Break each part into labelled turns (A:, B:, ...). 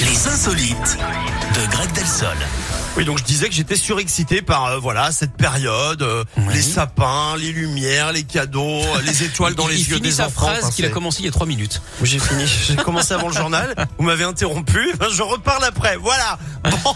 A: Les insolites de Greg Delsol.
B: Oui, donc je disais que j'étais surexcité par euh, voilà cette période, euh, les sapins, les lumières, les cadeaux, euh, les étoiles dans
C: il,
B: les
C: il
B: yeux
C: finit
B: des
C: sa
B: enfants.
C: phrase
B: Enfin,
C: qu'il a
B: c'est-
C: commencé il y a 3 minutes.
B: Oui, J'ai fini, j'ai commencé avant le journal. Vous m'avez interrompu, je reparle après. Voilà. Bon.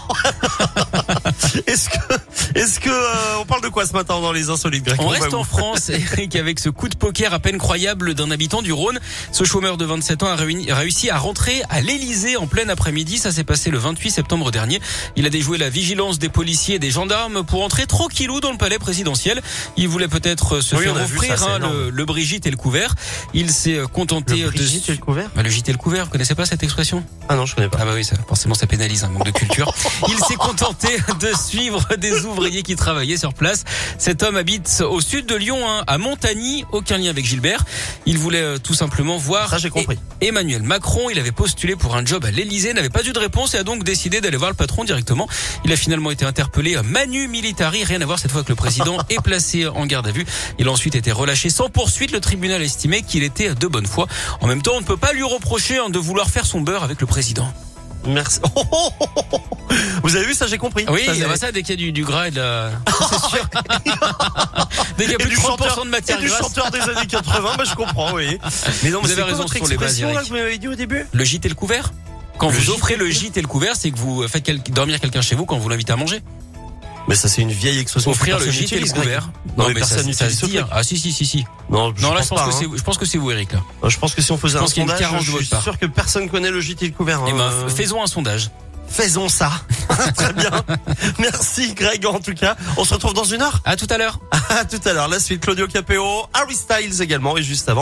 B: est-ce que, est-ce que euh, on parle de quoi ce matin dans les insolites grecs
C: On
B: va
C: reste
B: vous-
C: en France, Eric, avec ce coup de poker à peine croyable d'un habitant du Rhône. Ce chômeur de 27 ans a réuni- réussi à rentrer à l'Elysée en plein après-midi. Ça s'est passé le 28 septembre dernier. Il a déjoué la vigilance des policiers et des gendarmes pour entrer tranquillou dans le palais présidentiel. Il voulait peut-être euh, se
B: Oui,
C: faire
B: on a vu
C: offrir
B: ça, c'est
C: hein, le,
B: énorme.
C: le Brigitte et le couvert. Il s'est euh, contenté
B: Le Brigitte
C: de...
B: et le couvert
C: Bah, le gîte et le couvert, vous connaissez pas cette expression
B: Ah non, je connais pas.
C: Ah bah oui, ça, forcément ça pénalise un manque de culture. Il s'est contenté de suivre des ouvriers qui travaillaient sur place. Cet homme habite au sud de Lyon, hein, à Montagny, aucun lien avec Gilbert. Il voulait euh, tout simplement voir
B: Ça, j'ai compris.
C: E- Emmanuel Macron. Il avait postulé pour un job à l'Elysée, n'avait pas eu de réponse et a donc décidé d'aller voir le patron directement. Il a finalement été interpellé euh, Manu Militari, rien à voir cette fois que le président est placé en garde à vue. Il a ensuite été relâché sans poursuite. Le tribunal a estimé qu'il était de bonne foi. En même temps, on ne peut pas lui reprocher hein, de vouloir faire son beurre avec le président.
B: Merci. Vous avez vu ça, j'ai compris.
C: Oui,
B: Ça,
C: ça,
B: j'ai-
C: va ça dès qu'il y a du, du gras et de la... C'est sûr. dès qu'il y
B: Et
C: a plus de
B: du
C: 30%
B: chanteur-
C: de matière
B: et du
C: grasse.
B: chanteur des années 80, bah, je comprends, oui. Mais non,
C: Vous
B: mais
C: avez
B: c'est quoi
C: raison
B: votre
C: sur les bases,
B: expression, là,
C: Eric.
B: que vous m'avez dit au début?
C: Le gîte et le couvert Quand
B: Le
C: vous
B: gîte
C: offrez
B: et
C: le
B: le
C: gîte et le couvert, c'est que vous euh, faites quel- dormir quelqu'un chez vous quand vous l'invitez à manger.
B: Mais ça, c'est une vieille expression.
C: Offrir le
B: Personne
C: gîte et le
B: n'utilise, Greg.
C: couvert.
B: Non, mais
C: ça,
B: personne
C: ça
B: n'utilise
C: se
B: ce
C: dit. hein.
B: truc.
C: Ah si, si, si, si.
B: Non, je
C: non, là,
B: pense
C: je pense,
B: pas,
C: que
B: hein.
C: c'est, je pense que c'est vous, Eric, là.
B: Je pense que si on faisait
C: Je
B: un
C: pense qu'il y a une
B: sondage,
C: carence de
B: je
C: votre
B: suis
C: part.
B: sûr que personne connaît le gîte et le couvert.
C: Eh
B: hein.
C: ben,
B: Euh,
C: faisons un sondage.
B: Faisons ça. Très bien. Merci Greg en tout cas. On se retrouve dans une heure.
C: À tout à l'heure.
B: À tout à l'heure. La suite Claudio Capéo, Harry Styles également et juste avant.